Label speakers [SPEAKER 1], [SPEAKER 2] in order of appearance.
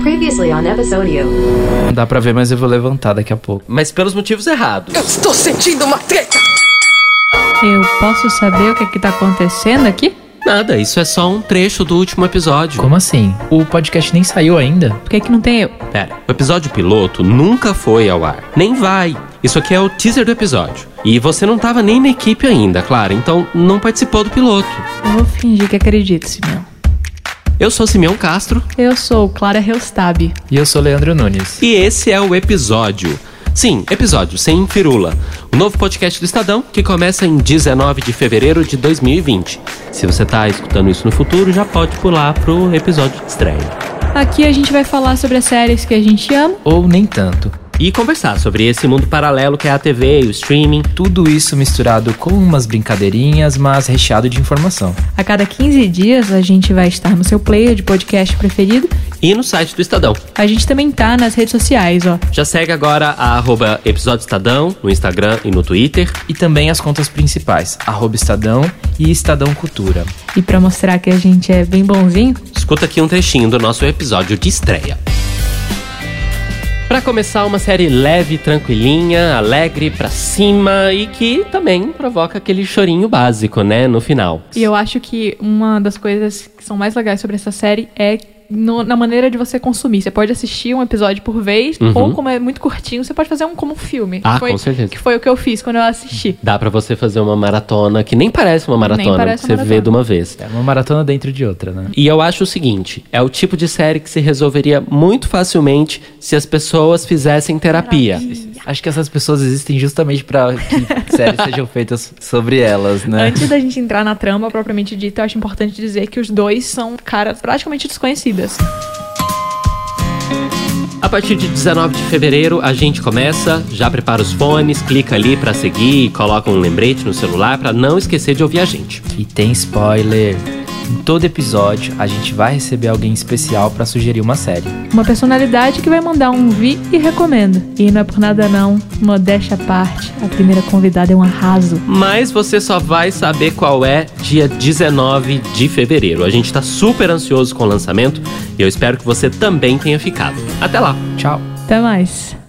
[SPEAKER 1] Previously on Episodio.
[SPEAKER 2] Não dá pra ver, mas eu vou levantar daqui a pouco.
[SPEAKER 3] Mas pelos motivos errados.
[SPEAKER 4] Eu estou sentindo uma treta!
[SPEAKER 5] Eu posso saber o que, é que tá acontecendo aqui?
[SPEAKER 3] Nada, isso é só um trecho do último episódio.
[SPEAKER 2] Como assim? O podcast nem saiu ainda?
[SPEAKER 5] Por que, que não tem eu?
[SPEAKER 3] Pera, o episódio piloto nunca foi ao ar. Nem vai. Isso aqui é o teaser do episódio. E você não tava nem na equipe ainda, claro, então não participou do piloto.
[SPEAKER 5] Eu vou fingir que acredito, Simeão.
[SPEAKER 3] Eu sou Simeão Castro
[SPEAKER 5] Eu sou Clara Reustab.
[SPEAKER 2] E eu sou o Leandro Nunes.
[SPEAKER 3] e esse é o episódio. Sim, episódio, sem firula. O novo podcast do Estadão que começa em 19 de fevereiro de 2020. Se você tá escutando isso no futuro, já pode pular pro episódio de estreia.
[SPEAKER 5] Aqui a gente vai falar sobre as séries que a gente ama.
[SPEAKER 2] Ou nem tanto.
[SPEAKER 3] E conversar sobre esse mundo paralelo que é a TV e o streaming.
[SPEAKER 2] Tudo isso misturado com umas brincadeirinhas, mas recheado de informação.
[SPEAKER 5] A cada 15 dias a gente vai estar no seu player de podcast preferido.
[SPEAKER 3] e no site do Estadão.
[SPEAKER 5] A gente também tá nas redes sociais, ó.
[SPEAKER 3] Já segue agora a arroba Episódio Estadão no Instagram e no Twitter.
[SPEAKER 2] E também as contas principais, arroba Estadão e Estadão Cultura.
[SPEAKER 5] E pra mostrar que a gente é bem bonzinho,
[SPEAKER 3] Escuta aqui um trechinho do nosso episódio de estreia. Pra começar, uma série leve, tranquilinha, alegre, pra cima e que também provoca aquele chorinho básico, né, no final.
[SPEAKER 5] E eu acho que uma das coisas que são mais legais sobre essa série é no- na maneira de você consumir. Você pode assistir um episódio por vez, ou como é muito curtinho, você pode fazer um como um filme.
[SPEAKER 3] Ah,
[SPEAKER 5] que foi,
[SPEAKER 3] com certeza.
[SPEAKER 5] Que foi o que eu fiz quando eu assisti.
[SPEAKER 3] Dá pra você fazer uma maratona que nem parece uma maratona,
[SPEAKER 5] parece uma
[SPEAKER 3] você vê
[SPEAKER 5] maratona.
[SPEAKER 3] de uma vez.
[SPEAKER 2] É uma maratona dentro de outra, né?
[SPEAKER 3] E eu acho o seguinte: é o tipo de série que se resolveria muito facilmente se as pessoas fizessem terapia.
[SPEAKER 2] Acho que essas pessoas existem justamente pra que séries sejam feitas sobre elas, né?
[SPEAKER 5] Antes da gente entrar na trama propriamente dita, eu acho importante dizer que os dois são caras praticamente desconhecidas.
[SPEAKER 3] A partir de 19 de fevereiro a gente começa, já prepara os fones, clica ali pra seguir e coloca um lembrete no celular pra não esquecer de ouvir a gente.
[SPEAKER 2] E tem spoiler. Em todo episódio, a gente vai receber alguém especial pra sugerir uma série.
[SPEAKER 5] Uma personalidade que vai mandar um vi e recomendo. E não é por nada não, modéstia à parte, a primeira convidada é um arraso.
[SPEAKER 3] Mas você só vai saber qual é dia 19 de fevereiro. A gente tá super ansioso com o lançamento e eu espero que você também tenha ficado. Até lá.
[SPEAKER 2] Tchau!
[SPEAKER 5] Até mais.